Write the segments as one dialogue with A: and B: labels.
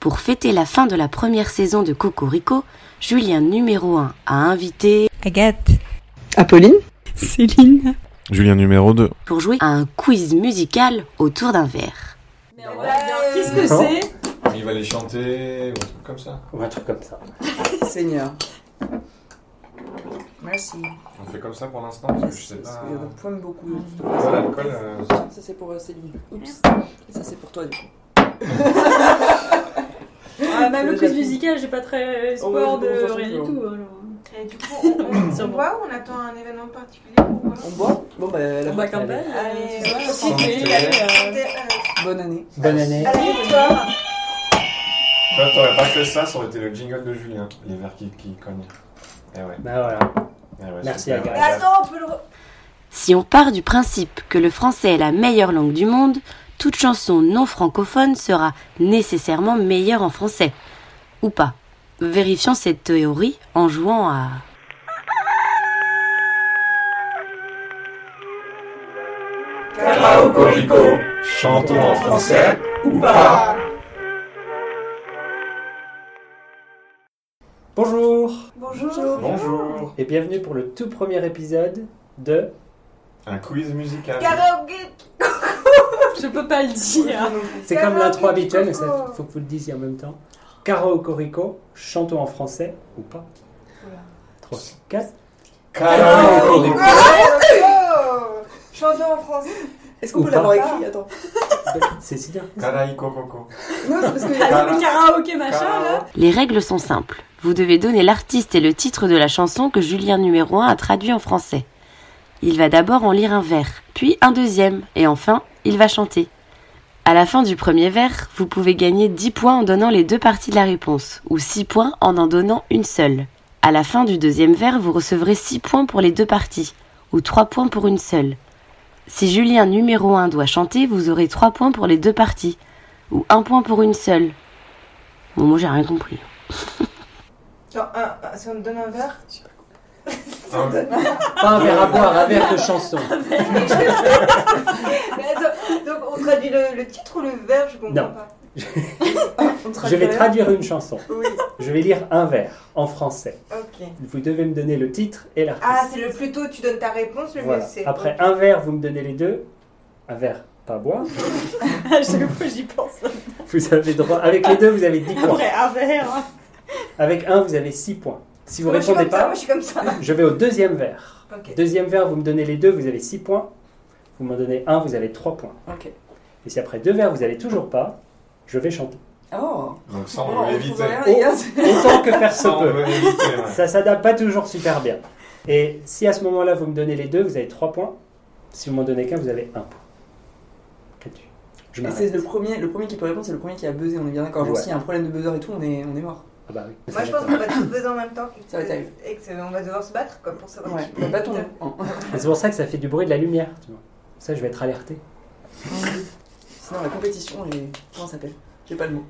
A: Pour fêter la fin de la première saison de Cocorico, Julien numéro 1 a invité
B: Agathe,
C: Apolline
B: Céline.
D: Julien numéro 2.
A: pour jouer à un quiz musical autour d'un verre.
E: Qu'est-ce que c'est
F: Il va les chanter, ou un truc comme ça.
G: Ou un truc comme ça.
E: Seigneur. Merci.
F: On fait comme ça pour l'instant, parce que je sais
G: Bah.
F: pas.
E: Il y en a quand même beaucoup. de toute
F: Voilà,
E: façon.
F: l'alcool. euh,
E: Ça, c'est pour euh, Céline. Oups. Et ça, c'est pour toi, du coup.
H: Ah, même le
E: déjà
H: quiz
E: fini.
H: musical, j'ai pas très euh,
E: Oh, ouais,
H: espoir
E: je
H: de
E: pense
H: rien du
E: aussi,
H: tout. alors.
I: Et du coup, on, on,
H: Sûrement.
I: boit ou on attend un événement particulier pour boire
E: On boit Bon, bah, la
H: On bat quand
G: allez.
H: même.
I: Allez,
H: euh,
I: ouais,
H: tu sais,
F: ok.
H: mais, euh,
I: C'était, euh,
E: bonne année.
G: Bonne année.
I: Allez, victoire
F: Toi, t'aurais pas fait ça, ça aurait été le jingle de Julien. Les verres qui, qui cognent. Eh ouais.
G: Bah voilà.
F: eh ouais,
G: Merci,
F: super.
G: Agathe.
I: Mais attends, on peut le. re-
A: Si on part du principe que le français est la meilleure langue du monde, toute chanson non francophone sera nécessairement meilleure en français. Ou pas. Vérifions cette théorie en jouant à...
F: Ciao, Cocorico, chantons en français ou pas
G: Bonjour
I: Bonjour.
F: Bonjour
G: et bienvenue pour le tout premier épisode de
F: Un quiz musical.
I: Karaoke
H: Je peux pas le dire.
G: C'est comme l'intro
I: Karaoke
G: habituelle, mais ça
I: Coco.
G: faut que vous le disiez en même temps. Caro Corico, chantons en français ou pas. 3, 4. Ah,
F: Karaoke.
I: Karaoke Chantons Oh. en français.
E: Est-ce qu'on
G: Ou
E: peut l'avoir
I: pas.
E: écrit Attends.
G: Cécilia.
F: Karaïko Coco.
E: Non, c'est parce que.
H: Le karaoké machin là.
F: Karaoke.
A: Les règles sont simples. Vous devez donner l'artiste et le titre de la chanson que Julien numéro 1 a traduit en français. Il va d'abord en lire un vers, puis un deuxième, et enfin, il va chanter. À la fin du premier vers, vous pouvez gagner 10 points en donnant les deux parties de la réponse, ou 6 points en en donnant une seule. À la fin du deuxième vers, vous recevrez 6 points pour les deux parties, ou 3 points pour une seule. Si Julien numéro 1 doit chanter, vous aurez 3 points pour les deux parties, ou 1 point pour une seule. Bon, moi j'ai rien compris.
I: Genre, un- un- si on te donne un verre,
F: Un-
G: Pas un verre à boire, un verre de chanson.
I: Mais attends, donc on traduit le, le titre ou le verbe, je comprends
G: Non.
I: pas.
E: on traduit
G: Je vais
E: rien.
G: traduire une chanson.
I: Oui,
G: Je vais lire un vers en français.
I: ok.
G: Vous devez me donner le titre et l'artiste.
I: Ah, c'est le plus tôt tu donnes ta réponse, le
G: Voilà.
I: mieux c'est.
G: Après un verre, vous me donnez les deux. Un verre, pas à boire.
H: À chaque fois, j'y pense.
G: Vous avez droit. Avec les deux, vous avez 10 points.
H: Après, un verre.
G: Avec un, vous avez 6 points. Si vous
I: Moi, je suis
G: répondez
I: comme ça,
G: pas,
I: Moi je suis comme ça.
G: je vais au deuxième verre.
I: Ok.
G: Deuxième verre, vous me donnez les deux, vous avez 6 points. Vous m'en donnez un, vous avez 3 points.
E: Ok.
G: Et si après deux verres, vous n'avez toujours pas, je vais chanter.
E: Oh
F: Donc ça,
E: Bon,
F: on veut
E: trouve
F: éviter.
E: rien, les gars.
G: Autant que faire se
F: Ça, Ah, on
G: peut.
F: veut éviter, ouais.
G: Ça s'adapte pas toujours super bien. Et si à ce moment-là, vous me donnez les deux, vous avez 3 points. Si vous m'en donnez qu'un, vous avez 1 point. Qu'as-tu Je
E: Et c'est
G: m'arrête.
E: le premier, le premier qui peut répondre, c'est le premier qui a buzzé, on est bien d'accord. Genre,
G: Ouais.
E: s'il y a un problème de buzzer et tout, on est, on est mort.
G: Ah bah oui.
I: Moi je pense qu'on va tous buzzer en même temps et
E: Ça va être
I: que- et qu'on va devoir se battre quoi, pour savoir
E: Ouais,
I: qui
E: le bâton.
G: Mais C'est pour ça que ça fait du bruit de la lumière. tu vois. Ça, je vais être alerté.
E: Sinon, la compétition, les. Comment ça s'appelle J'ai pas le mot.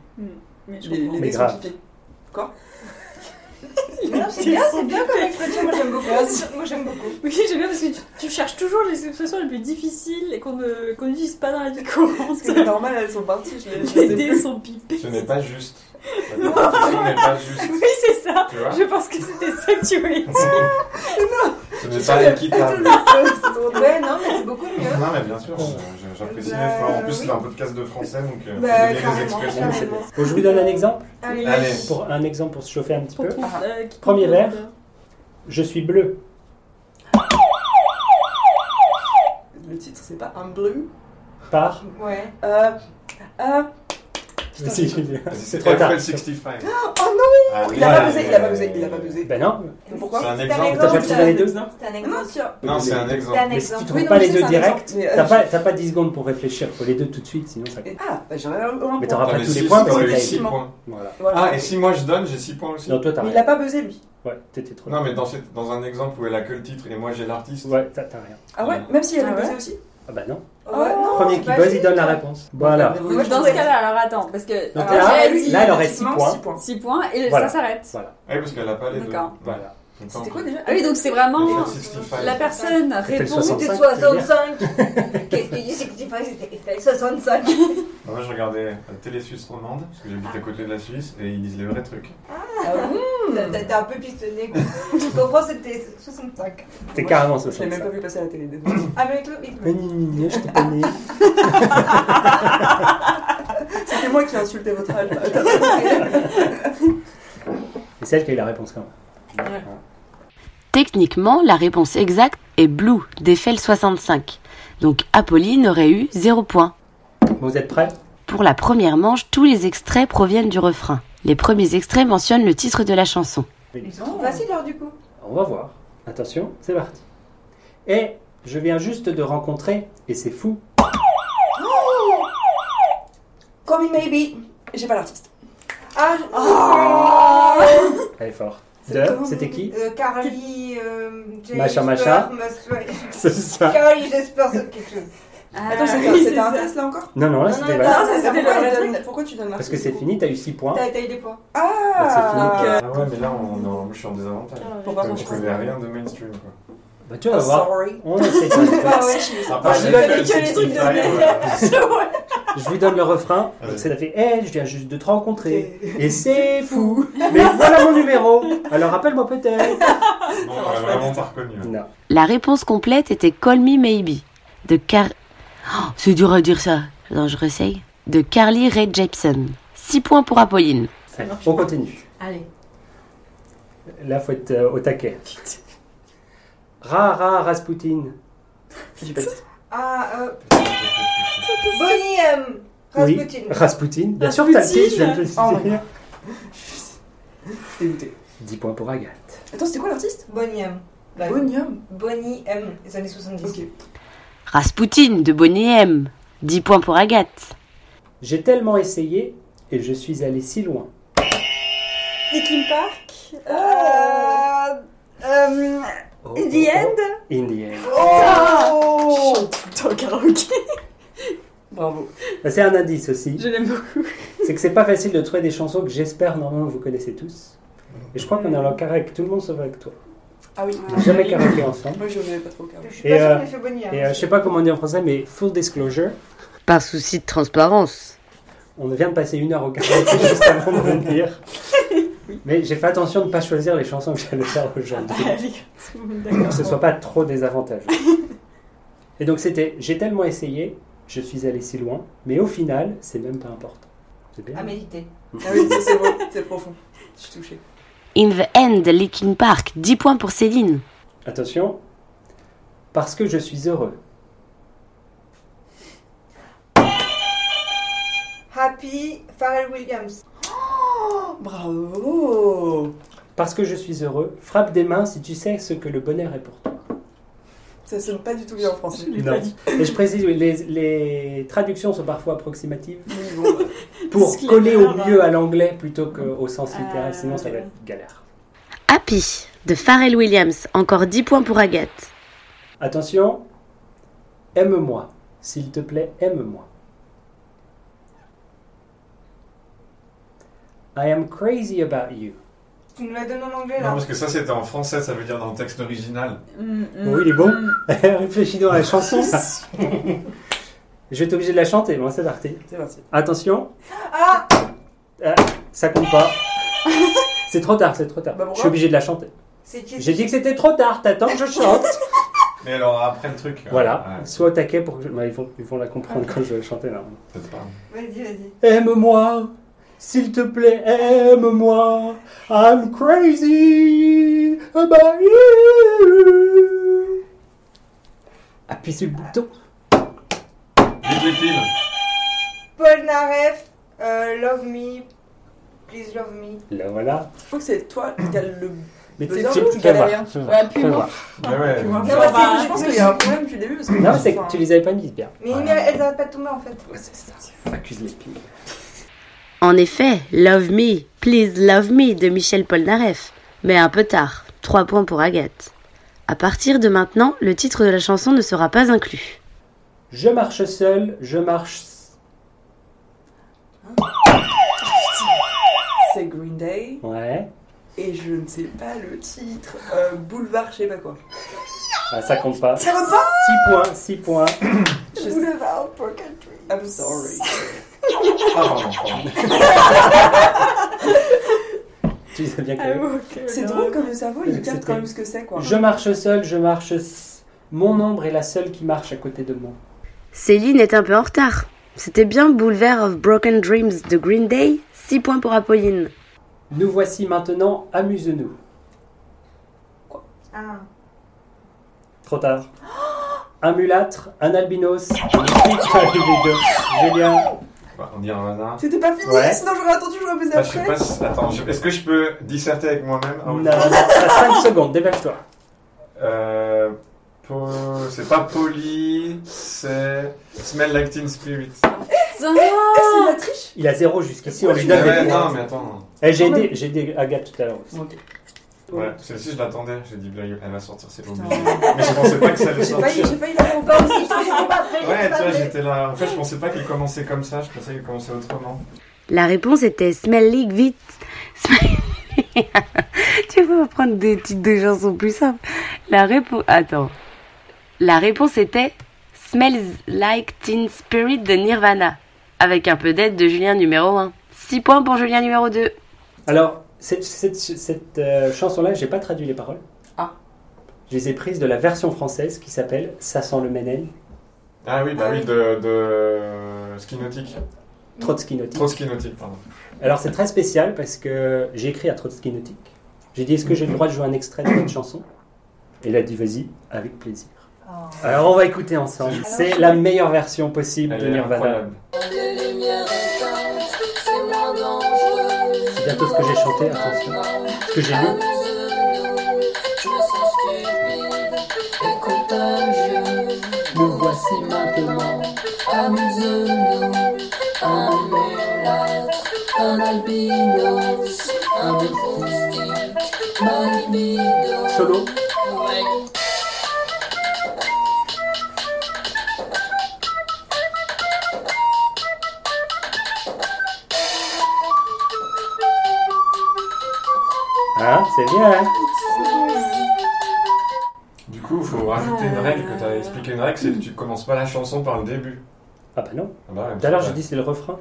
H: Mais je
E: Les, les
H: comprends.
G: Mais
E: dés sont
G: grave.
E: piqués.
I: Mais non, c'est bien, c'est bien comme expression, moi j'aime beaucoup. moi j'aime beaucoup.
H: Oui, j'aime bien parce que tu, tu cherches toujours les expressions les plus difficiles et qu'on ne qu'on n'utilise pas dans la vie courante.
E: Parce que c'est normal, elles sont parties. Je, les- je les ai
H: Les dés
E: plus.
H: sont pipés.
F: Ce n'est pas juste. La compétition n'est pas juste.
H: Oui, c'est ça.
F: Tu vois
H: Je pense que c'était ça que tu voulais dire.
F: Ce n'est pas équitable.
I: Ouais, non, mais c'est beaucoup mieux.
F: Non, mais bien sûr, je- je- j'apprécie
I: Bah,
F: l'effort. En plus, c'est
I: oui.
F: un podcast de français, donc euh,
I: Bah,
F: vous donnez des
I: carrément,
F: expressions.
G: Bon, c'est
I: carrément.
G: bon. Bon, je vous donne un exemple.
I: Allez,
F: Allez,
G: Pour un exemple pour se chauffer un petit
H: Pour
G: peu.
H: trouver, euh, qui
G: Premier
H: comprend
G: verre. Je suis bleu.
E: Le titre, c'est pas un bleu.
G: Par.
I: ouais.
E: Euh. Euh. Putain,
G: Si,
E: c'est-
G: c'est
F: c'est
G: trop tard.
F: FL65.
E: Oh
F: Ah,
E: Il a pas
F: oui,
E: buzzé, il a pas buzzé, il a pas buzzé.
G: Ben non.
E: non
F: C'est
E: Pourquoi
F: un
I: C'est un
F: exemple.
G: T'as pas
I: exemple.
G: trouvé les deux.
I: C'est un
E: Non,
I: exemple.
E: tiens.
F: Non, c'est un
I: C'est
F: exemple.
I: un
G: Mais si tu
I: exemple.
G: trouves
E: Oui, non,
G: pas
E: mais
G: les
E: c'est
G: deux
E: un
G: directs,
E: exemple, mais, euh,
G: t'as
E: je-
G: pas, t'as pas 10 secondes pour réfléchir. Faut les deux tout de suite, sinon ça.
E: Ah, bah j'aurais un point.
G: Mais t'auras
F: T'en
G: pas
F: as
G: tous les
F: six,
G: points,
F: t'en
G: mais
F: as
G: t'as
F: eu six
G: eu.
F: points.
G: Voilà.
E: Voilà.
F: Ah, et si moi je donne, j'ai 6 points aussi.
G: Non, toi, t'as
E: Mais
G: rien.
E: il a pas buzzé lui.
G: Ouais, t'étais trop
F: Non,
G: tard.
F: mais dans, cette- dans un exemple où elle a que le titre et moi j'ai l'artiste.
G: Ouais, t'as t'as rien.
E: Ah ouais,
F: Ouais.
E: même s'il avait
H: Ah ouais
E: buzzé aussi.
G: Ah bah non.
I: Oh, ouais, non,
G: Premier
I: c'est
G: qui
I: pas
G: buzz,
I: juste.
G: il donne la réponse. Voilà.
E: Vous-
H: Moi,
E: vous-
H: dans
E: vous-
H: ce cas-là, alors attends, parce que
G: Donc
E: Ah,
G: là,
E: lui,
G: là, elle aurait
E: effectivement,
G: six points.
E: six points.
H: 6 points et
G: Voilà.
H: ça s'arrête.
F: Ouais, parce qu'elle a pas les deux.
H: D'accord.
F: Ouais.
G: Voilà.
E: C'était quoi euh, déjà
H: Ah oui, donc c'est vraiment
F: Déjà 65.
H: la personne
G: C'était le
H: répond.
G: 65,
I: C'était
G: c'est bien.
I: 65. Qu'est-ce que dit 65 C'était c'était 65.
F: Moi, je regardais la télé suisse romande, parce que j'habite à côté de la Suisse, et ils disent les vrais trucs.
E: Ah oui
I: T'as- T'as t'as un peu pistonné. quoi. En France, c'était 65.
G: T'es carrément
E: Je l'ai même pas
G: 65.
E: vu passer à la télé. désolé.
I: Avec le rythme.
G: Mais ni- ni- ni, je t'ai pas né.
E: C'était moi qui ai insulté votre âge.
G: Et celle qui a eu la réponse quand même.
A: Techniquement, la réponse exacte est Blue, d'Eiffel 65. Donc Apolline aurait eu 0 point.
G: Bon, vous êtes prêts
A: Pour la première manche, tous les extraits proviennent du refrain. Les premiers extraits mentionnent le titre de la chanson.
I: Ils sont faciles, alors, du coup.
G: On va voir. Attention, c'est parti. Et je viens juste de rencontrer, et c'est fou,
I: Call me maybe.
E: J'ai pas l'artiste.
I: Ah,
G: elle est forte.
I: C'est
G: De,
I: tout.
G: c'était qui
I: Euh, Carly. euh, Jesper,
G: Macha, Macha.
I: Mas-
G: C'est ça.
I: Carly, j'espère, c'est quelque chose.
H: Ah.
I: Euh,
E: Attends, c'était
H: oui,
E: c'était
H: c'est
E: un
H: ça.
E: test là encore
G: Non, non, là
I: Non,
G: c'était
I: non,
G: vrai.
I: non, ça,
E: Ah,
I: c'était
E: pourquoi,
I: le
E: elle
I: vrai
E: donne- pourquoi tu donnes
G: Parce
E: l'artiste
G: que c'est
E: du coup
G: fini, t'as eu 6 points.
I: T'as t'as eu des points.
G: Bah,
E: Ah
F: Ah ouais, mais là, on, on- je suis en désavantage.
E: Pour
F: Je
E: pas
F: ne
E: manger.
F: connais rien de mainstream, quoi.
G: Bah,
E: Ah,
G: tu vas voir.
E: Sorry.
G: On essaie de-
E: Ah ouais, je suis-
F: Ah,
E: Ah,
F: j'ai
E: je vais
F: fait
E: aller
F: le
E: que les trucs de
F: 65,
E: merde.
F: voilà.
G: Je vous donne le refrain.
F: Ouais.
G: C'est la fait Eh, je viens juste de te rencontrer. Et c'est fou. Mais voilà mon numéro. Alors rappelle-moi peut-être.
F: Non, on l'a vraiment pas reconnu. hein. là.
G: Non.
A: La réponse complète était Call Me Maybe de Car... Oh, c'est dur à dire ça. Attends, je réessaye. De Carly Rae Jepsen. 6 points pour Apolline.
G: Allez, on continue.
H: Allez.
G: Là, faut être euh, au taquet. Ra, ra, Rasputin.
E: J'ai pas le titre.
I: Ah, euh, Bonnie M. Rasputin.
G: Oui, Rasputin. Bien sûr, t'as le
H: Rasputin.
G: titre, je viens de
E: Oh
G: le
E: my
G: dire.
E: Dégoûté.
G: 10 points pour Agathe.
E: Attends, c'était quoi l'artiste
I: Bonnie M. Blague.
E: Bonium.
I: Bonnie M. Les années 70.
E: Ok.
A: Rasputin de Bonnie M. 10 points pour Agathe.
G: J'ai tellement essayé et je suis allé si loin.
H: Linkin Park. Euh,
I: Euh, euh,
G: Oh,
I: In
G: oh,
I: the
G: oh.
I: end
G: In the end.
I: Oh
H: chante tout le temps au karaoké.
E: Bravo.
G: Bah, C'est un indice aussi.
H: Je l'aime beaucoup.
G: C'est que c'est pas facile de trouver des chansons que j'espère normalement vous connaissez tous. Et je crois qu'on est en carré avec tout le monde sauf avec toi.
E: Ah oui.
G: On n'a jamais karaoké ensemble.
E: Moi, je n'avais pas trop carré.
I: Je suis pas
G: Et,
I: sûre
G: euh,
I: que je suis Bonnie M.
G: Et euh, je sais pas comment on dit en français, mais full disclosure,
A: Par souci de transparence.
G: on vient de passer une heure au karaoké juste avant de venir. Mais j'ai fait attention de ne pas choisir les chansons que j'allais faire aujourd'hui.
H: Allez, tout le monde
G: pour
H: d'accord.
G: que ce soit pas trop désavantageux. Et donc c'était j'ai tellement essayé, je suis allé si loin, mais au final, c'est même pas important. C'est bien.
I: À méditer.
E: Ah oui, c'est- c'est bon, c'est profond. Je suis touchée.
A: In the End, Linkin Park, 10 points pour Céline.
G: Attention, parce que je suis heureux.
I: Happy Pharrell Williams.
G: Oh,
E: Bravo
G: Parce que je suis heureux, frappe des mains si tu sais ce que le bonheur est pour toi.
E: Ça sonne pas du tout bien en français.
H: Je l'ai pas dit.
G: Et je précise, oui, les, les traductions sont parfois approximatives
E: Oui, bon, bah,
G: pour
H: Disclaimer,
G: coller au
H: hein.
G: mieux à l'anglais plutôt qu'au sens littéral,
H: Euh,
G: sinon ça va
H: ouais.
G: être galère.
A: Happy de Pharrell Williams, encore 10 points pour Agathe.
G: Attention, aime-moi. S'il te plaît, aime-moi. I am crazy about you.
I: Tu nous la donnes en anglais
F: Non,
I: là
F: parce que ça, c'était en français, ça veut dire dans le texte original.
H: Mm, mm,
G: Oui, il est bon.
H: mm.
G: Réfléchis dans la chanson. Je vais être obligé de la chanter, bon, c'est parti.
E: c'est parti.
G: Attention, Euh,
I: Ah
G: ça compte pas. C'est trop tard, c'est trop tard.
E: Bah, pourquoi
G: je suis obligé de la chanter.
I: C'est qui
G: J'ai dit que c'était trop tard, t'attends que je chante.
F: Mais alors, après le truc. euh,
G: voilà,
F: ouais,
G: sois au taquet pour que je... bah, ils, vont, ils vont la comprendre quand je vais la chanter là.
F: peut-être pas.
I: Vas-y, vas-y.
G: Aime-moi, s'il te plaît, aime-moi. I'm crazy about you. Appuie sur le bouton.
F: Vite les piles
I: Paul Naref, euh, Love Me. Please Love Me.
G: Là voilà.
E: Je crois que c'est toi qui as le.
G: Mais
E: Buzzer ou tu
G: fais voir,
E: galères
G: fais
H: Ouais,
G: voir,
H: puis
G: fais
H: moi.
G: voir.
E: Ah,
F: Mais ouais.
E: Non,
I: mais
E: mais
I: bah,
E: c'est- je pense qu'il y a un problème depuis le début parce que.
G: Non, mais c'est que
E: Enfin,
G: tu les avais pas mis bien.
I: Mais
F: Voilà.
I: mais elles arrêtent pas de tomber en fait.
E: ouais, c'est ça.
G: Accuse les piles.
A: En effet, Love Me, Please Love Me de Michel Polnareff, mais un peu tard, 3 points pour Agathe. À partir de maintenant, le titre de la chanson ne sera pas inclus.
G: Je marche seul, je marche.
E: C'est Green Day.
G: Ouais.
E: Et je ne sais pas le titre. Euh, boulevard, je sais pas quoi.
G: Ah, ça compte pas. 6
I: Ça va pas
G: points, 6 points.
E: Je sais-
I: Boulevard pour Country.
E: I'm sorry.
F: Ah, pardon, pardon.
G: Tu sais bien que-
H: Ah, ok.
E: C'est drôle comme le cerveau, il
G: Euh, C'était-
E: capte quand même ce que c'est quoi.
G: Je marche seul, je marche. s- Mon ombre est la seule qui marche à côté de moi.
A: Céline est un peu en retard. C'était bien Boulevard of Broken Dreams de Green Day. 6 points pour Apolline.
G: Nous voici maintenant, amuse-nous.
I: Ah.
G: Trop tard. Un mulâtre, un albinos. une fille avec des deux. Julien,
F: Bah, on dirait un hasard.
E: C'était pas fini,
G: Ouais.
E: sinon j'aurais attendu, j'aurais posé
F: Bah, je sais
E: après.
F: pas si... Attends, je- est-ce que je peux disserter avec moi-même Ah,
G: non,
F: oui.
G: non, t'as 5 secondes, dépêche-toi.
F: Euh, po- C'est pas poli, c'est Smell Like Teen Spirit.
E: C'est de la
H: Ah,
E: triche
G: Il a zéro jusqu'ici, on lui
F: Ah
G: donne
F: ouais,
G: des
F: non,
G: points.
F: mais attends.
G: Eh, J'ai aidé, j'ai aidé Agathe tout à l'heure aussi.
E: Ok.
F: Ouais, celle-ci, je l'attendais. J'ai dit, blague, elle va sortir, c'est
E: Putain.
F: obligé. Mais je pensais pas que ça allait
E: J'ai failli,
F: sortir.
E: j'ai failli la
I: Encore aussi, je trouve que c'est pas fait.
F: Ouais,
I: c'est
F: tu
I: pas
F: vois,
I: fait.
F: j'étais là. En fait, je pensais pas qu'il commençait comme ça, je pensais qu'il commençait autrement.
A: La réponse était Smell League vite. Smell- tu peux prendre des titres de chansons plus simples. La réponse. Attends. La réponse était Smells Like Teen Spirit de Nirvana. Avec un peu d'aide de Julien numéro 1. 6 points pour Julien numéro 2.
G: Alors, cette, cette- cette, euh, chanson-là, j'ai pas traduit les paroles.
E: Ah.
G: Je les ai prises de la version française qui s'appelle Ça sent le Ménel,
F: Ah oui, bah oui, de, de... Skinotic.
G: Trotsky Nautique.
F: Trop Skinotic, pardon.
G: Alors c'est très spécial parce que j'ai écrit à Trotsky Nautique. J'ai dit est-ce que j'ai le droit de jouer un extrait de votre chanson Et il a dit vas-y, avec plaisir. Alors on va écouter ensemble. C'est la meilleure version possible de
F: Elle est
G: Nirvana.
F: incroyable.
G: C'est bientôt ce que j'ai chanté, attention. Ce que j'ai lu. Nous voici maintenant. Solo. Ah, c'est bien. hein
F: Du coup, faut rajouter
E: Ah.
F: une règle que t'avais expliqué. Une règle, c'est que tu commences pas la chanson par le début.
G: ah bah non.
F: Ah bah ouais,
G: Tout à l'heure
F: c'est
G: j'ai
F: pas-
G: dit c'est le refrain.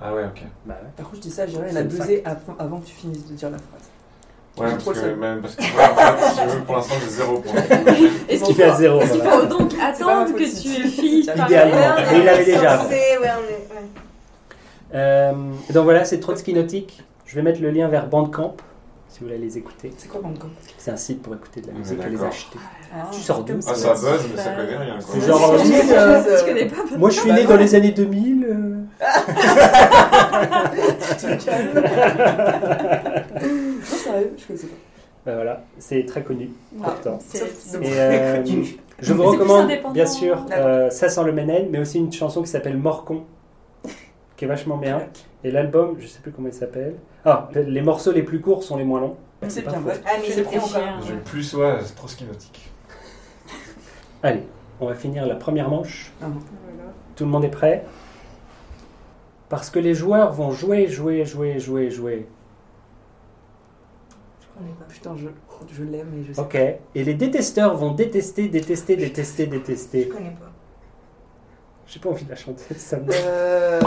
F: Ah ouais, ok.
G: Bah ouais.
E: Par contre, je dis ça, j'ai rien à
G: C'est le
E: buzzer avant, avant que tu finisses de dire la phrase.
F: Ouais,
E: J'ai
F: parce
E: trop le
F: que,
E: seum.
F: même, parce que ouais, en fait, si tu veux, pour l'instant, j'ai zéro point.
E: Est-ce
G: Tu fais à zéro.
H: Il
G: voilà.
H: faut donc
E: ma
H: attendre
E: faute,
H: que
E: si
H: tu
E: tu-
H: aies fini par
G: Idéalement.
H: faire.
G: Ah, Mais il l'avait déjà avant.
I: C'est- ouais, on est- ouais.
G: Euh, donc voilà, c'est Trotsky Nautique. Je vais mettre le lien vers Bandcamp si vous voulez les écouter.
E: C'est quoi Bandcamp
G: C'est un site pour écouter de la
F: Mais
G: musique et les
F: d'accord.
G: acheter.
E: Ah,
G: Tu sors d'où
F: Ah, ça buzz, mais ça connaît rien, quoi.
G: C'est genre,
E: Je
G: oui,
E: sais,
G: euh,
E: je sais,
H: Je connais pas.
G: Moi, je suis
E: Bah
G: né
E: non.
G: dans les années 2000. euh.
E: Non, sérieux, je connaissais pas.
G: Ben voilà, c'est très connu. Pourtant.
E: Sauf de-
G: Et, euh, je vous
H: Mais c'est plus
G: recommande,
H: indépendant.
G: bien sûr,
E: D'accord.
G: euh, Ça sent le Ménel, mais aussi une chanson qui s'appelle Morcon, qui est vachement bien. Et l'album, je sais plus comment il s'appelle. Ah, le- les morceaux les plus courts sont les moins longs.
E: C'est
G: pas
E: bien,
G: faux.
E: ouais.
I: Ah, mais
E: C'est
I: c'est
E: trop
I: encore.
H: cher.
F: J'ai plus, ouais, c'est trop skinotique.
G: Allez, on va finir la première manche.
E: Ah bon.
G: Tout le monde est prêt Parce que les joueurs vont jouer, jouer, jouer, jouer, jouer.
E: Putain, je, je l'aime mais je sais
G: Ok. Et les détesteurs vont détester, détester, détester,
I: Je
G: détester.
I: connais pas.
G: J'ai pas envie de la chanter, ça me...
E: pas. Euh,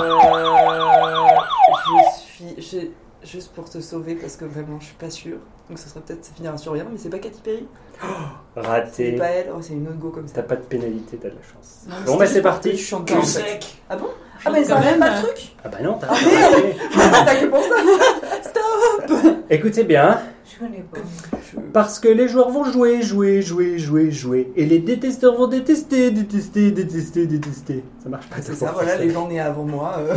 E: je suis. j'ai- Juste pour te sauver, parce que vraiment, je suis pas sûre. Donc, ça sera peut-être. Ça finira sur rien, mais c'est pas Katy Perry. C'est
G: Raté.
E: pas elle. Oh, c'est une autre go comme ça.
G: T'as pas de pénalité, t'as de la chance.
E: Non, mais
G: Bon bah
E: juste
G: c'est
E: pour que
G: parti.
E: Je chante
F: Cul
E: en fait.
F: sec.
E: Ah, mais ça
H: Quand
E: même
H: même,
E: pas le
H: euh,
E: truc
G: Ah bah non, t'as raté.
E: T'as que pour ça
G: Écoutez bien,
I: Je connais pas.
G: parce que les joueurs vont jouer, jouer, jouer, jouer, jouer, et les détesteurs vont détester, détester, détester, détester. Ça marche pas.
E: C'est
G: pour
E: ça, voilà,
G: français.
E: les gens nés avant moi. euh,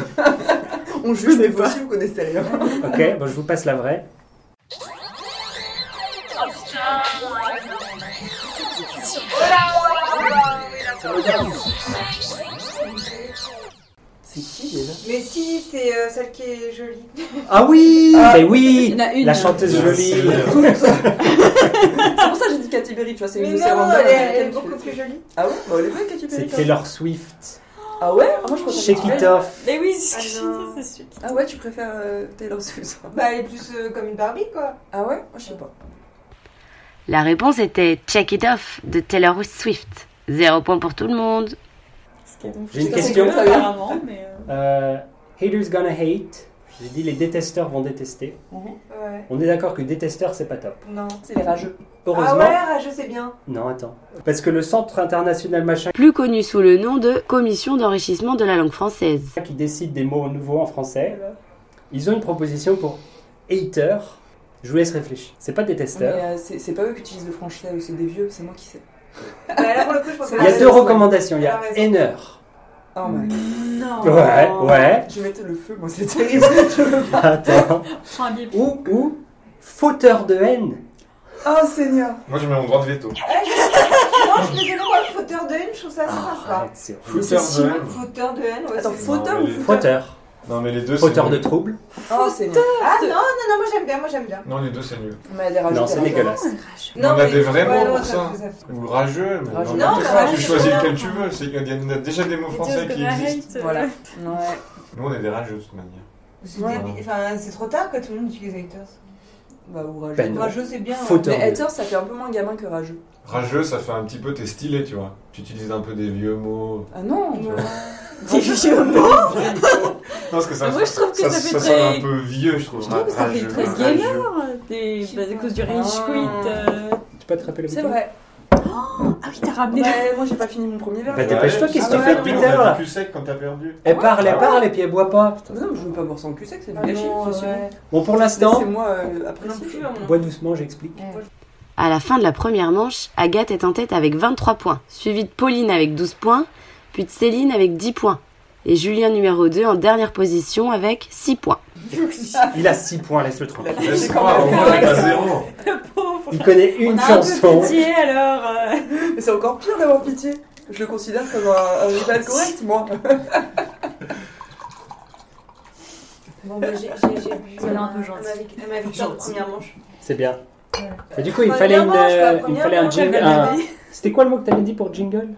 E: On juge, mais vous aussi, vous connaissez rien.
G: Ok, bon je vous passe la vraie.
E: C'est qui déjà
I: Mais si, c'est euh, celle qui est jolie.
G: Ah oui,
E: Ah,
G: mais oui,
H: il y en a une.
G: la chanteuse
F: Merci.
G: jolie.
E: C'est pour ça que j'ai dit Katy Perry, tu vois, c'est
I: Mais
E: une
I: non,
E: Sarah
I: elle,
E: Vaughan,
I: est- elle est
E: tu
I: beaucoup
E: fais-
I: plus jolie.
E: Ah ouais Bah, elle est bonne, Katy Perry.
G: C'est
E: quand même.
G: Taylor Swift.
E: Ah ouais Ah, Moi je préfère
G: Shake it
E: Taylor.
G: off.
H: Mais oui, c'est
I: Ah
H: ce que
I: non.
H: je disais, c'est celui-là.
E: Ah ouais, tu préfères euh, Taylor Swift
I: Bah, elle est plus euh, comme une Barbie, quoi.
E: Ah ouais Moi, Je sais pas.
A: La réponse était Check It Off de Taylor Swift. Zéro point pour tout le monde.
H: Ce qui est donc
G: J'ai une
H: juste
G: question.
H: assez cool, apparemment, mais, euh,
G: Euh, haters gonna hate. J'ai dit les détesteurs vont détester.
I: Ouais.
G: On est d'accord que détesteur, c'est pas top.
I: Non.
E: C'est les rageux.
G: Heureusement.
I: Ah ouais, je sais bien.
G: Non, attends. Parce que le centre international machin
A: Plus connu sous le nom de Commission d'enrichissement de la langue française.
G: qui décide des mots nouveaux en français, ils ont une proposition pour hater. Je vous laisse réfléchir. C'est pas
E: Mais
G: détesteur.
E: euh, c'est c'est pas eux qui utilisent le français ou c'est des vieux, c'est moi qui sais.
I: Bah, là, pour le coup, je pense
E: Il
G: Il y
I: que
G: a
I: ah, c'est-
G: deux recommandations. Il y a
I: T'as raison.
G: hainer.
E: Oh
G: Mm.
E: my god.
H: Non.
G: Ouais, ouais.
E: Je vais mettre le feu, moi c'est terrible. Je veux pas.
G: Attends.
H: Prends un bip.
G: ou, ou fauteur de haine.
E: Oh Seigneur.
F: Moi, je mets mon droit de veto.
I: Non, je suis désolée, moi, le fauteur de haine, je trouve ça assez sympa.
G: Arrête, c'est horrible.
F: Fauteur
E: si
F: de
E: mal
F: haine.
I: Fauteur de haine, ouais.
E: Attends,
I: c'est-
E: fauteur ou
F: mais-
E: fouteur
G: Fauteur.
F: Non, mais les deux, c'est
G: Fauteur de
F: nul.
G: trouble.
E: Oh Seigneur.
I: Ah non, non, non, moi j'aime bien, moi j'aime bien.
F: Non, les deux, c'est nul.
E: Mais les rageux.
G: Non,
E: les
G: c'est
E: rageux.
G: dégueulasse.
F: On a des vrais mots
I: non,
E: Ah,
F: pour ça.
I: faisait-
F: Ou rageux, mais
E: Rageux.
F: n'importe
I: Non,
F: quoi,
I: mais
F: tu
I: rageux,
F: choisis
I: non.
F: lequel tu veux. C'est- Il y, a- il y a déjà des mots français
H: Haters
F: qui
H: gonna
F: existent.
H: hate.
E: Voilà. Ouais.
F: Nous, on est des rageux de toute manière.
I: C'est
E: Ouais.
I: débile. Enfin, c'est trop tard que tout le monde utilise haters.
E: Bah, ou rageux.
G: Ben non.
I: Moi, je sais bien. euh,
G: Fauteur.
E: Mais haters, ça fait un peu moins gamin que rageux.
F: Rageux, ça fait un petit peu, t'es stylé, tu vois. Tu utilises un peu des vieux mots.
E: Ah non. Des
F: Tu vois.
E: vieux mots.
F: Non, parce que ça,
H: Ah, Moi, je trouve que
F: ça,
H: ça, fait
F: ça
H: très.
F: sonne un peu vieux, je trouve.
E: Je trouve que ça fait
F: Rageux,
E: très
F: rageux.
H: gaillard. Des... Bah, à cause du rage quit. euh,
G: Tu peux te rappeler la
E: C'est
G: bouteille
E: vrai.
H: Ah oui, t'as ramené.
E: Ouais, moi j'ai pas fini mon premier verre.
G: Bah,
F: Ouais.
G: dépêche-toi, qu'est-ce que tu
F: Ah
G: fais
F: ouais,
G: depuis
F: on
G: tout à
F: a
G: l'heure
F: vécu sec quand t'as perdu.
G: Elle Eh, parle, elle parle, et puis elle boit pas.
E: Ah, Non, mais je veux pas boire sans cul sec, c'est du
I: Ah
E: gâchis.
I: non,
E: c'est sûr.
I: ouais.
G: Bon, pour l'instant,
E: Laissez-moi euh, apprécier.
I: Non plus, hein.
G: bois doucement, j'explique.
A: À la fin de la première manche, Agathe est en tête avec 23 points, suivie de Pauline avec 12 points, puis de Céline avec 10 points. Et Julien numéro 2 en dernière position avec 6 points.
G: Il a 6 points, laisse-le tranquille.
E: C'est
F: Laisse-moi,
E: quand
F: au
E: même
F: moins,
E: pas
F: on est à
E: mal.
F: zéro.
H: Pauvre.
G: Il connaît
H: On
G: une
H: a un peu
G: chanson.
H: pitié alors. euh.
E: Mais c'est encore pire d'avoir pitié. Je le considère comme un, un rival correct, moi.
I: Bon, bah, j'ai j'ai- j'ai bu.
H: Ça l'a un peu
I: euh,
H: gentil.
I: ma vic- Ma victoire de première manche.
G: C'est bien.
I: Ouais.
G: Et du coup, il
I: Première
G: fallait, une,
I: manche,
G: euh,
I: quoi,
G: il fallait un
I: première
G: jingle.
I: manche,
G: un- C'était quoi le mot que t'avais dit pour jingle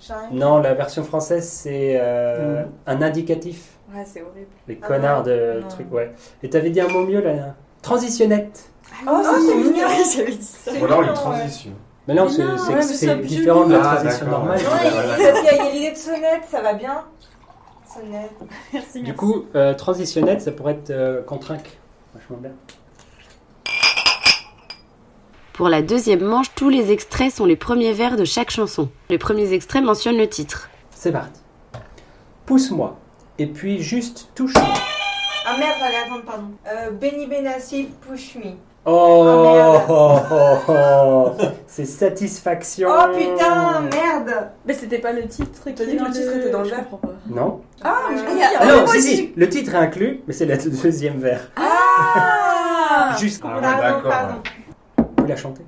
I: Charlie.
G: Non, la version française, c'est euh, un indicatif.
I: Ouais, c'est horrible.
G: Les
I: Ah
G: connards
I: non,
G: de
I: non.
G: trucs, ouais. Et t'avais dit un mot mieux là. Transitionnette.
E: Oh,
I: ça, Ah, c'est mignon.
H: J'avais dit ça.
F: Ou alors une
I: mignon,
F: transition.
G: Mais non,
H: Mais
G: c'est-
H: non,
G: c'est
H: ouais, mais ça
G: c'est
H: pue.
G: différent de la
F: Ah,
G: transition
F: d'accord.
G: normale.
I: Ouais,
F: Ouais,
I: il
F: voilà.
I: il- parce qu'il y a- il y a l'idée de sonnette, ça va bien. Sonnette.
H: Merci,
G: Du
H: merci.
G: coup, euh, transitionnette, ça pourrait être euh, contrac. Vachement bien.
A: Pour la deuxième manche, tous les extraits sont les premiers vers de chaque chanson. Les premiers extraits mentionnent le titre.
G: C'est parti. Pousse-moi. Et puis juste touche.
I: Ah merde, fallait attendre, pardon. Euh, Benny Benassi, push me.
G: Oh,
I: merde.
G: oh, oh, oh. c'est satisfaction.
I: Oh putain, merde
H: Mais c'était pas le titre qui
E: T'as dit que
H: dans
E: le titre était dans le
H: Je
E: verre.
H: comprends pas.
G: Non.
E: Ah, mais
I: Euh,
E: il y a-
G: Ah non,
E: moi,
G: si,
E: j'ai-
G: si. Le titre est inclus, mais c'est la deuxième vers.
I: Ah
G: Jusqu'au
F: Ah ouais,
I: Pardon,
F: d'accord,
I: pardon.
G: bout la chanter.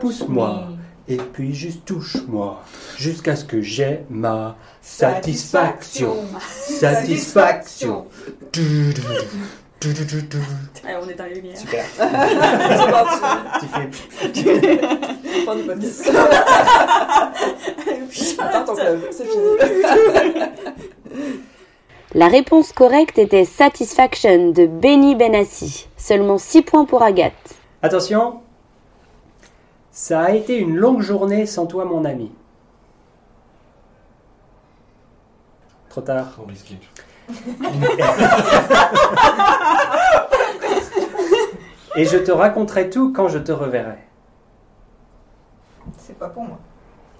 G: Pousse-moi. Et puis juste touche-moi. Jusqu'à ce que j'ai ma satisfaction. Satisfaction. Du, du, du, du, du, du.
H: Allez, on est dans les lumières.
G: Super.
E: C'est parti.
G: Tu fais
E: Fin du podcast. Attends, ton club, c'est fini.
A: La réponse correcte était Satisfaction de Benny Benassi. Seulement 6 points pour Agathe.
G: Attention, ça a été une longue journée sans toi, mon ami. Trop tard.
F: Trop risqué.
G: Et je te raconterai tout quand je te reverrai.
I: C'est pas pour moi.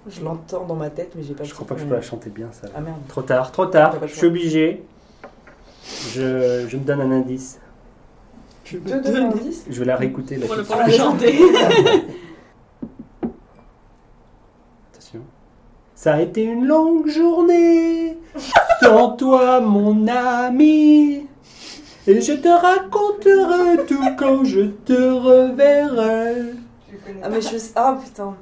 E: Je l'entends dans ma tête, mais j'ai pas
G: Je crois pas que je peux la chanter bien, ça.
E: Ah merde.
G: Trop tard, trop tard.
E: T'as pas le
G: Je
E: choix.
G: suis obligé. Je, je me donne un indice.
E: Je te donne un indice.
G: Je vais la réécouter. La
H: Pour le
G: chanson.
H: pour le chanter.
G: Attention. Ça a été une longue journée sans toi, mon ami. Et je te raconterai tout quand je te reverrai.
I: Je connais
E: Ah,
I: pas.
E: mais je sais. Ah, putain.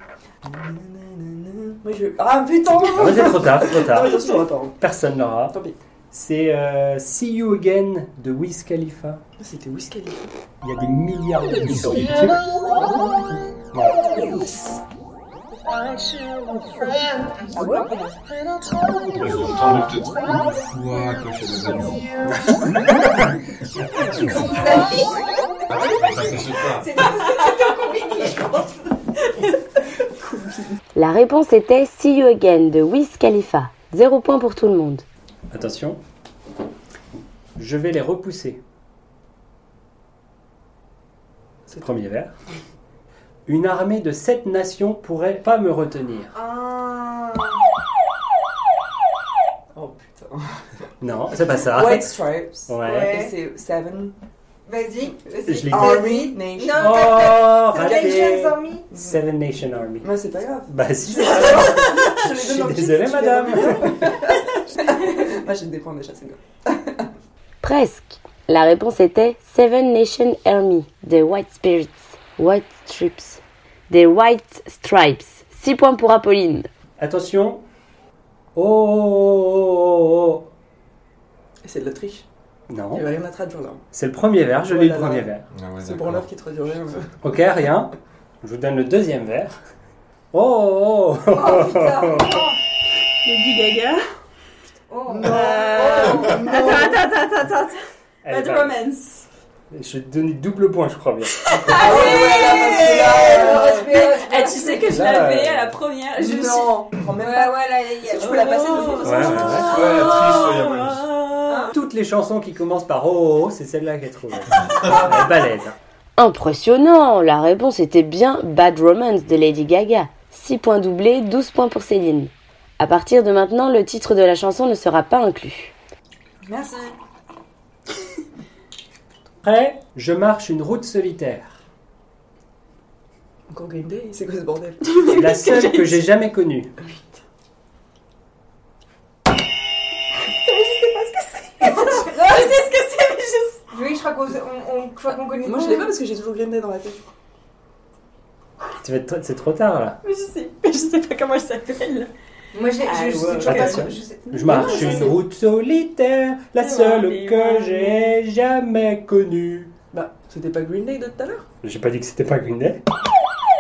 E: Moi, je. Ah, putain!
G: Ah ouais, c'est trop tard, trop
E: Ah,
G: tard.
E: mais attention, attends.
G: Personne l'aura.
E: Tant pis.
G: C'est euh, See You Again de Wiz Khalifa.
E: C'était Wiz Khalifa.
G: Il y a des milliards de vues sur YouTube. Ouais.
F: Je vais entendre peut-être une fois quand je fais des amis. Ça s'achète pas.
A: La réponse était See You Again de Wiz Khalifa. Zéro point pour tout le monde.
G: Attention. Je vais les repousser. C'est le premier vers. Une armée de sept nations pourrait pas me retenir.
I: Ah.
E: Oh putain.
G: Non, c'est pas ça.
E: White Stripes.
G: Ah. Ouais.
E: Et
I: Ouais.
E: c'est Seven.
I: Vas-y,
G: Je l'ai
I: vas-y.
G: dit.
E: Army Nation.
I: Non,
G: Oh,
I: c'est
G: raté.
I: Legends Army.
G: Seven Nation Army.
E: Mais c'est pas grave.
G: Bah si, c'est pas
E: Je
G: grave.
E: te
G: Je
E: les
G: suis
E: donne en plus,
G: désolé,
E: tu les
G: madame.
E: donnes. Moi, j'ai des points déjà, c'est bien.
A: Presque. La réponse était Seven Nation Army des White Spirits. White Stripes. Des White Stripes. 6 points pour Apolline.
G: Attention. Oh, oh, oh, oh,
E: Et c'est de l'Autriche.
G: oh.
E: Il n'y
G: Non.
E: avait rien à traduire là.
G: C'est le premier vers, je lis le
E: Voilà.
G: premier vers.
F: Ah ouais,
E: C'est
F: d'accord.
E: pour l'heure qui traduit rien. mais-
G: Ok, rien. Je vous donne le deuxième vers. Oh, oh, oh.
I: Oh putain. Oh.
H: Lady Gaga.
I: Oh.
H: Euh,
E: Ah,
H: Attends, attends, attends, attends, attends.
G: Elle
H: Bad
G: est pas-
H: Romance.
G: Eh ben, Je vais te dondonner double point, je crois bien.
H: Ah
I: Parce que là,
H: Eh, tu sais que je
G: Là,
H: l'avais
G: euh,
H: à la première. Je Oh, me suis-
E: Non, prends
I: Ouais,
E: même
I: ouais,
E: pas.
I: là, il y a-
E: Tu peux la passer de toute
G: Ouais, ouais, ouais.
F: Soit l'actrice, soit
H: oh,
F: Yamanus.
G: Toutes les chansons qui commencent par oh, oh, oh, c'est celle-là qu'elle trouve. Elle est balèze. hein.
A: Impressionnant La réponse était bien Bad Romance de Lady Gaga. 6 points doublés, 12 points pour Céline. À partir de maintenant, le titre de la chanson ne sera pas inclus.
E: Merci.
G: Après, je marche une route solitaire.
E: Encore Green Day, c'est quoi ce bordel
G: La seule que j'ai jamais connue.
H: Je sais ce que c'est, mais je sais.
I: Oui, je crois qu'on on- on- je crois qu'on connaît
E: Moi je l'ai pas parce que j'ai toujours Green Day dans la tête.
G: Tu vas être- C'est trop tard là.
H: mais je sais- mais je sais pas comment elle s'appelle.
I: Moi, j'ai-
H: Ah,
I: je- je sais
H: ouais.
I: toujours pas.
G: Attention.
I: je sais-
G: Je marche
H: ça,
G: une
H: c'est-
G: route solitaire, la
H: Ouais,
G: seule
H: mais
G: que
H: ouais,
G: j'ai jamais connue.
E: Bah, c'était pas Green Day de tout à l'heure
G: J'ai pas dit que c'était pas Green Day.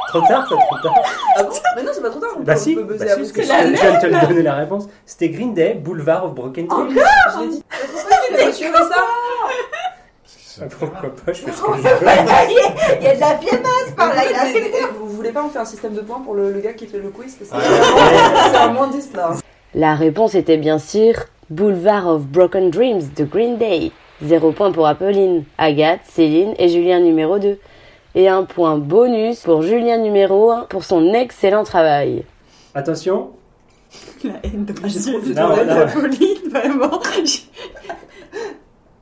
G: Trop tard, ça, trop tard.
E: Ah bon Mais non, c'est pas trop tard, on
G: Bah
E: peut,
G: si,
E: on peut buzzer
G: bah si,
E: à
G: parce que je
H: la
G: je viens de te le donner la réponse. C'était Green Day, Boulevard of Broken Dreams.
E: Je l'ai dit. Pourquoi tu l'as tué ça
F: Parce que c'est-
G: Pourquoi pas, je fais ce que je veux.
I: Il y a de la vieille par là, il y a assez-
E: Vous voulez pas on fait un système de points pour le, le gars qui fait le quiz Parce que
F: Ah,
E: c'est- c'est un moins 10 là.
A: La réponse était bien sûr Boulevard of Broken Dreams de Green Day. 0 point pour Apolline, Agathe, Céline et Julien numéro 2. Et un point bonus pour Julien numéro 1 pour son excellent travail.
G: Attention,
H: La haine de
E: Ah, j'ai trop vu
G: Non,
E: ton
G: non.
E: rêve.
H: Pauline, vraiment. Je-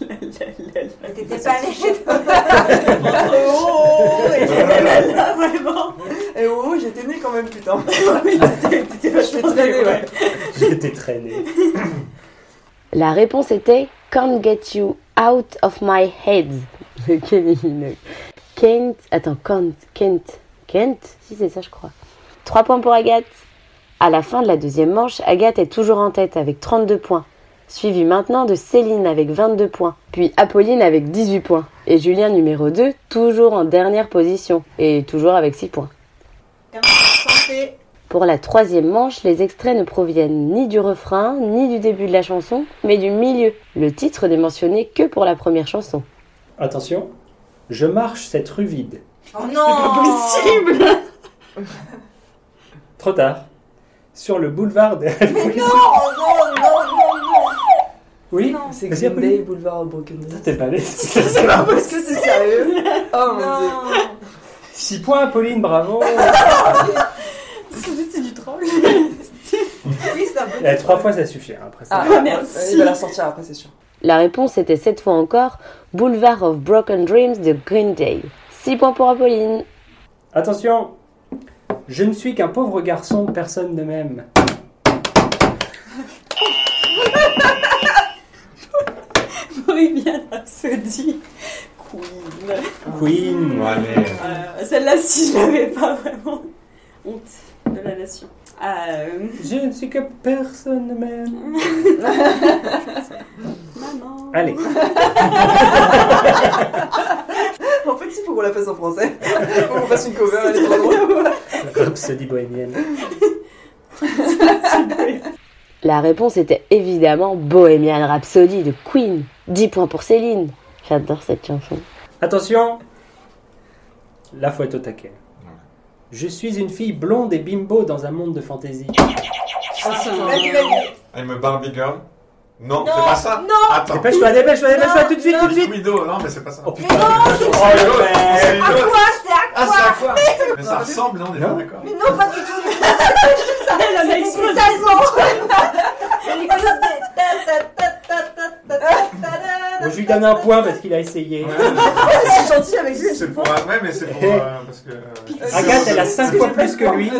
H: La, la, la, la.
I: T'étais pas allé.
E: Oh, et-
H: Là, vraiment.
E: et oh, j'étais née quand même, putain. T'étais vachement traînée, ouais.
G: J'étais traîné.
A: La réponse était Can't get you out of my head. Le Kylie Minogue. Can't. Attends, can't. Can't. Can't Si, c'est ça, je crois. 3 points pour Agathe. À la fin de la deuxième manche, Agathe est toujours en tête avec 32 points. Suivie maintenant de Céline avec 22 points, puis Apolline avec 18 points, et Julien numéro 2 toujours en dernière position, et toujours avec 6 points.
I: Santé.
A: Pour la troisième manche, les extraits ne proviennent ni du refrain, ni du début de la chanson, mais du milieu. Le titre n'est mentionné que pour la première chanson.
G: Attention. Je marche cette rue vide.
I: Oh
H: C'est
I: non
H: pas possible.
G: Trop tard. Sur le boulevard de.
I: Oh non, non, non, non
G: oui.
E: C'est
G: Vas-y,
E: Green
G: Apolline.
E: Day, Boulevard au Broken Day.
G: T'es pas allé.
E: Est-ce Ah, que c'est sérieux Oh mon dieu.
I: Non
G: 6 points, Pauline, bravo.
H: Parce qu'en fait, c'est du troll.
I: Oui, c'est un peu...
G: Eh, Trois fois, ça suffit. hein, Après ça.
E: Ah,
H: merci.
E: Il va la sortir après, c'est sûr.
A: La réponse était cette fois encore Boulevard of Broken Dreams de Green Day. 6 points pour Apolline.
G: Attention. Je ne suis qu'un pauvre garçon, personne ne m'aime.
H: Bohemian Rhapsody. Queen.
G: Queen.
F: Bon, allez.
H: Euh, Celle-là, si je l'avais pas vraiment. Honte de la nation. Euh,
G: Je ne suis que personne de même.
H: Maman.
G: Allez,
E: En fait, il faut qu'on la fasse en français. Faut qu'on fasse une cover, elle est trop drôle.
G: Rhapsody bohémienne.
A: La réponse était évidemment Bohemian Rhapsody de Queen. 10 points pour Céline. J'adore cette chanson.
G: Attention La faut être au taquet. Je suis une fille blonde et bimbo dans un monde de fantaisie. Ah,
E: Oh,
I: Vas-y, vas-y.
F: I'm a Barbie girl. Non,
I: Non,
F: c'est pas ça.
I: non.
F: Attends.
G: Dépêche-toi, dépêche-toi, dépêche-toi,
I: Non,
G: tout de suite, tout de suite
F: Guido, non, mais c'est pas ça.
G: Oh
F: Oh,
G: putain
F: c'est l'autre, c'est
I: À
F: l'autre.
I: quoi C'est à
F: Ah,
I: quoi
F: c'est à quoi Mais ça ressemble, non, on est pas
G: Non.
F: d'accord.
I: Mais non, pas du tout.
H: Elle a
I: C'est
H: explosé.
I: Les causes des- ta, ta, ta, ta, ta, ta, ta, ta, ta.
G: Bon, je lui donne un point parce qu'il a essayé. Ah,
F: Ouais,
E: C'est gentil avec lui.
F: C'est pour. Ouais, mais c'est pour. euh, parce que. euh,
G: Agathe, elle a
F: c'est-
G: 5 fois plus que lui.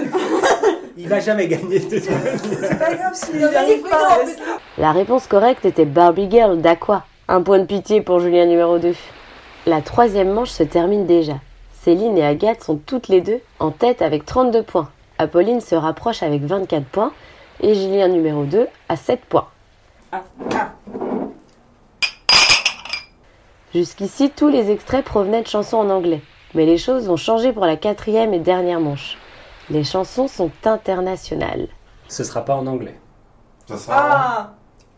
G: Il va jamais gagner de
E: C'est pas grave s'il
I: Non,
E: y
I: mais
E: arrive
I: les
E: pas.
I: couilles,
E: reste-
A: La réponse correcte était Barbie Girl d'Aqua. Un point de pitié pour Julien numéro 2. La troisième manche se termine déjà. Céline et Agathe sont toutes les deux en tête avec 32 points. Apolline se rapproche avec 24 points et Julien numéro 2 à 7 points.
H: Ah.
A: Jusqu'ici, tous les extraits provenaient de chansons en anglais. Mais les choses ont changé pour la quatrième et dernière manche. Les chansons sont internationales.
G: Ce sera pas en anglais.
F: Ça sera.
I: Ah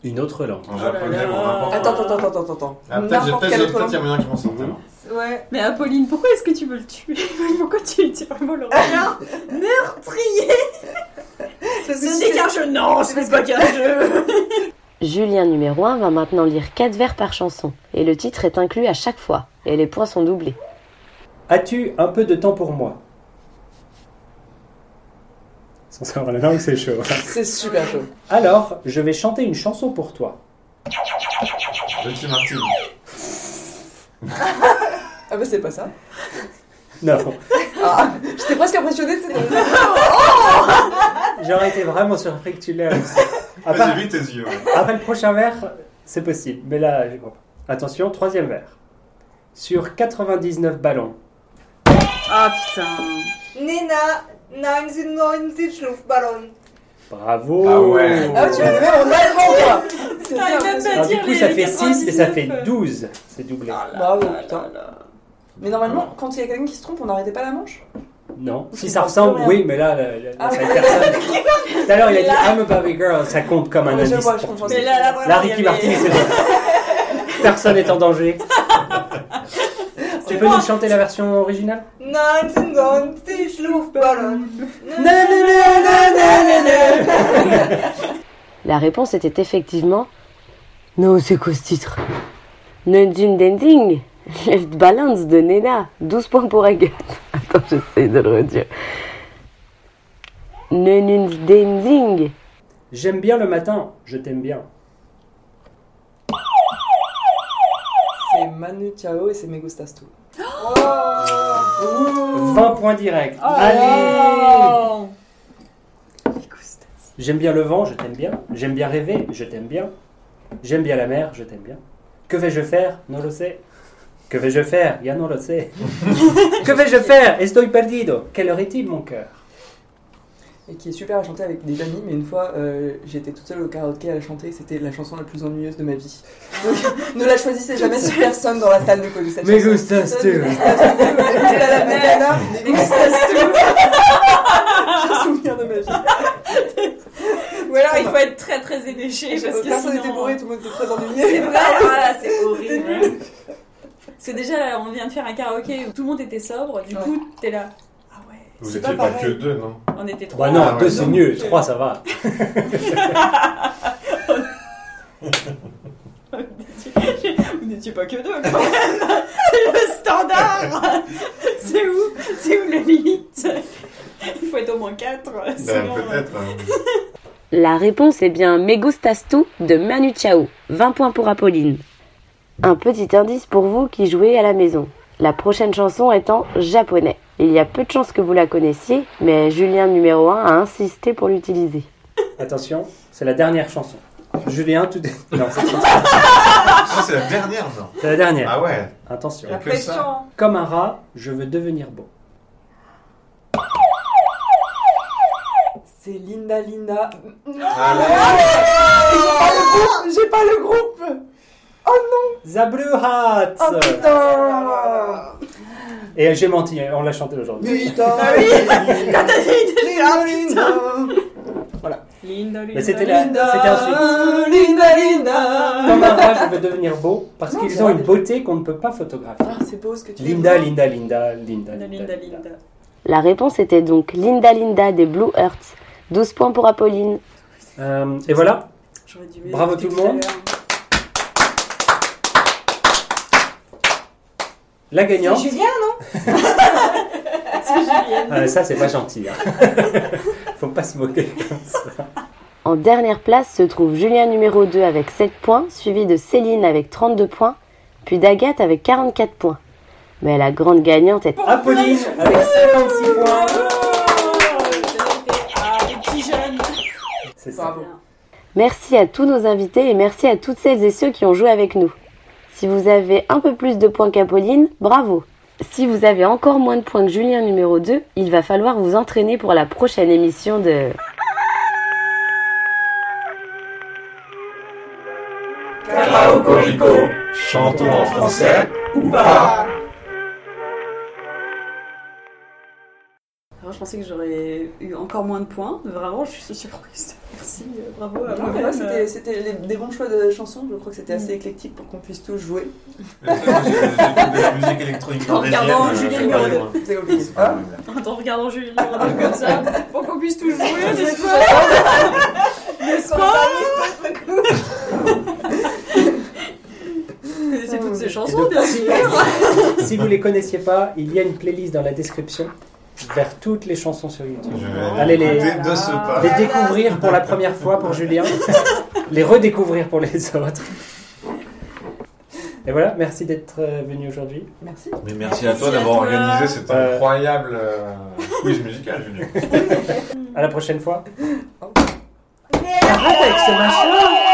G: Une autre langue.
F: En japonais,
H: Oh là
F: bon,
H: là.
F: n'importe quoi.
E: Attends, attends, attends, attends, attends.
F: Ah, peut-être j'ai-
E: N'importe
F: peut-être
E: quelle
F: j'ai-
E: autre
F: peut-être y a
E: langue.
F: moyen que je m'en sorte. hein. alors.
I: Ouais.
H: Mais Apolline, pourquoi est-ce que tu veux le tuer Pourquoi tu tu vraiment le regardes meurtrier
E: Parce que
H: Ce
E: si
H: n'est
E: c'est-
H: qu'un jeu Non, ce n'est pas qu'un jeu
A: Julien numéro 1 va maintenant lire 4 vers par chanson, et le titre est inclus à chaque fois, et les points sont doublés.
G: As-tu un peu de temps pour moi Sans savoir la langue, c'est chaud.
E: C'est super chaud.
G: Alors, je vais chanter une chanson pour toi.
F: Ricky Martin.
E: Ah bah c'est pas ça.
G: Non,
E: Ah, j'étais presque impressionnée, tu sais. de-
G: j'aurais été vraiment surpris que tu l'aies. À part-
F: Vas-y, vite tes yeux. ouais.
G: Après le prochain verre, c'est possible, mais là, je crois pas. Attention, troisième verre. Sur 99 ballons.
H: Ah putain
I: Nena, nein, sie neun, sie Schlupfballon.
G: Bravo
F: Ah ouais.
E: Ah tu l'as même en allemand, quoi. C'est
H: T'arrives
E: bien.
H: même pas à
G: Alors, du
H: dire
G: coup,
H: les-
G: ça
H: les
G: fait 6 et ça fait
H: 99.
G: 12. C'est doublé.
H: Ah,
E: Bravo, Bah putain. Mais normalement, quand il y a quelqu'un qui se trompe, on n'arrêtait pas la manche.
G: Non.
E: Parce
G: Si
E: qu'il
G: ça
E: parle
G: ressemble,
E: plus rien.
G: oui, mais là, là, là, là,
E: Ah
G: ça
E: oui.
G: a personne. Tout à l'heure, il a dit I'm a Barbie Girl, ça compte comme un
E: Je
G: indice.
E: vois, je comprends.
H: Mais là, là, vraiment,
G: Là,
H: il y
G: Ricky
H: avait-
G: Martin, c'est bon. Personne n'est en danger. Tu peux nous chanter la version originale
I: Nein, sie neun, sie Schlupfballon.
A: La réponse était effectivement Non, c'est quoi ce titre Nunjin Dending Left Balance de Nena 12 points pour Agathe. Attends, j'essaye de le redire. Nunjin Dending
G: J'aime bien le matin, je t'aime bien.
E: C'est Manu Chao et c'est Me Gustas Tu.
I: Oh.
G: 20 points direct. Allez
H: Oh
G: J'aime bien le vent, je t'aime bien. J'aime bien rêver, je t'aime bien. J'aime bien la mer, je t'aime bien. Que vais-je faire Non lo sais. Que vais-je faire Ya non lo sais. que vais-je faire Estoy perdido. Quelle heure est-il, mon cœur
E: Et qui est super à chanter avec des amis, mais une fois euh, j'étais toute seule au karaoké à la chanter, c'était la chanson la plus ennuyeuse de ma vie. Donc, ne la choisissez jamais si personne dans la salle ne connaît cette chanson.
G: gustas
E: tu. C'était la banana, Me Gustas Tu. J'ai un souvenir de ma vie.
H: Ou alors, il faut être très très éméché parce que
E: Personne
H: sinon- euh,
E: n'était bourré, tout le monde était très
H: C'est
E: ennuyé.
H: vrai, voilà, c'est horrible. Parce que déjà, là, on vient de faire un karaoké où tout le monde était sobre, du coup, t'es là. Ah ouais,
F: Vous
E: C'est
F: étiez
E: pas
F: pas
E: pareil.
F: que deux, non
H: on était trois.
G: Bah non,
F: Ah ouais,
G: deux c'est
F: non.
G: mieux, trois ça va.
H: Vous n'étiez pas que deux, quand même C'est le standard C'est où C'est où la limite Il faut être au moins quatre,
F: Ben,
G: Bah,
H: sinon... euh,
F: Peut-être. hein.
A: La réponse est bien Me gustas tu de Manu Chao. 20 points pour Apolline. Un petit indice pour vous qui jouez à la maison. La prochaine chanson est en japonais. Il y a peu de chances que vous la connaissiez, mais Julien numéro 1 a insisté pour l'utiliser.
G: Attention, c'est la dernière chanson.
F: Ah,
G: Julien, tout Non, c'est
F: Ah, c'est la dernière, genre.
G: c'est la dernière.
F: Ah ouais.
G: Attention.
F: Y'a
I: La
F: que ça.
I: pression.
G: Comme un rat, je veux devenir beau.
E: C'est Linda Linda.
F: Ah,
E: J'ai pas le groupe
G: The Blue Hat
E: Oh putain
G: Et j'ai menti, on l'a chanté aujourd'hui.
E: Linda
H: Ah Quand t'as dit, t'es là, putain. Linda,
G: Mais c'était la- c'était ensuite.
E: Linda Linda
G: Comme un rat, je veux devenir beau parce
E: Non,
G: qu'ils
E: c'est
G: ont
E: vrai.
G: une beauté qu'on ne peut pas photographier.
E: Ah, c'est beau ce que tu
G: Linda,
E: dis.
G: Linda, Linda, Linda,
H: Linda, Linda, Linda.
A: La réponse était donc Linda Linda des Blue Hearts. 12 points pour Apolline.
G: Euh, et voilà.
H: J'aurais dû
G: Bravo
H: m'écouter
G: tout le monde.
H: à l'heure.
G: La
I: C'est
G: gagnante.
I: Julien, non
H: C'est Julienne.
G: Euh, ça, c'est pas gentil. hein. Faut pas se moquer comme ça.
A: En dernière place se trouve Julien numéro 2 avec 7 points, suivi de Céline avec 32 points, puis d'Agathe avec 44 points. Mais la grande gagnante est
G: Apolline avec 56 points.
H: hein
G: C'est ça.
E: Bravo.
A: Merci à tous nos invités et merci à toutes celles et ceux qui ont joué avec nous. Si vous avez un peu plus de points qu'Apolline, bravo. Si vous avez encore moins de points que Julien numéro 2, il va falloir vous entraîner pour la prochaine émission de...
F: Cacao Corico, chantons en français ou pas
H: Alors, je pensais que j'aurais eu encore moins de points. Vraiment, je suis surprise. Merci, euh, bravo à
E: Non, mais
H: moi-même.
E: là, c'était c'était les- des bons choix de chansons. Je crois que c'était assez éclectique pour qu'on puisse tous jouer.
F: de la musique électronique
H: En regardant
F: norvégienne, euh, je sais
H: Julien
F: pas,
H: numéro deux.
F: moi.
E: C'est obligé.
F: C'est pas
H: Hein
E: Ah,
F: mal.
H: En regardant Julie Leroy comme ça, pour qu'on puisse tout jouer, n'est-ce pas N'est-ce pas Vous connaissez toutes ces chansons, bien sûr
G: Si vous les connaissiez pas, il y a une playlist dans la description vers toutes les chansons sur YouTube.
F: Je vais
G: Allez les,
F: écouter de ce pas.
G: les découvrir pour la première fois pour Julien, les redécouvrir pour les autres. Et voilà, merci d'être euh, venu aujourd'hui.
E: Merci.
F: Mais merci à toi d'avoir
H: Merci à toi.
F: organisé cet
G: Euh.
F: incroyable euh, quiz musical, Julien.
G: À la prochaine fois.
I: Yeah.
G: Arrête avec ce machin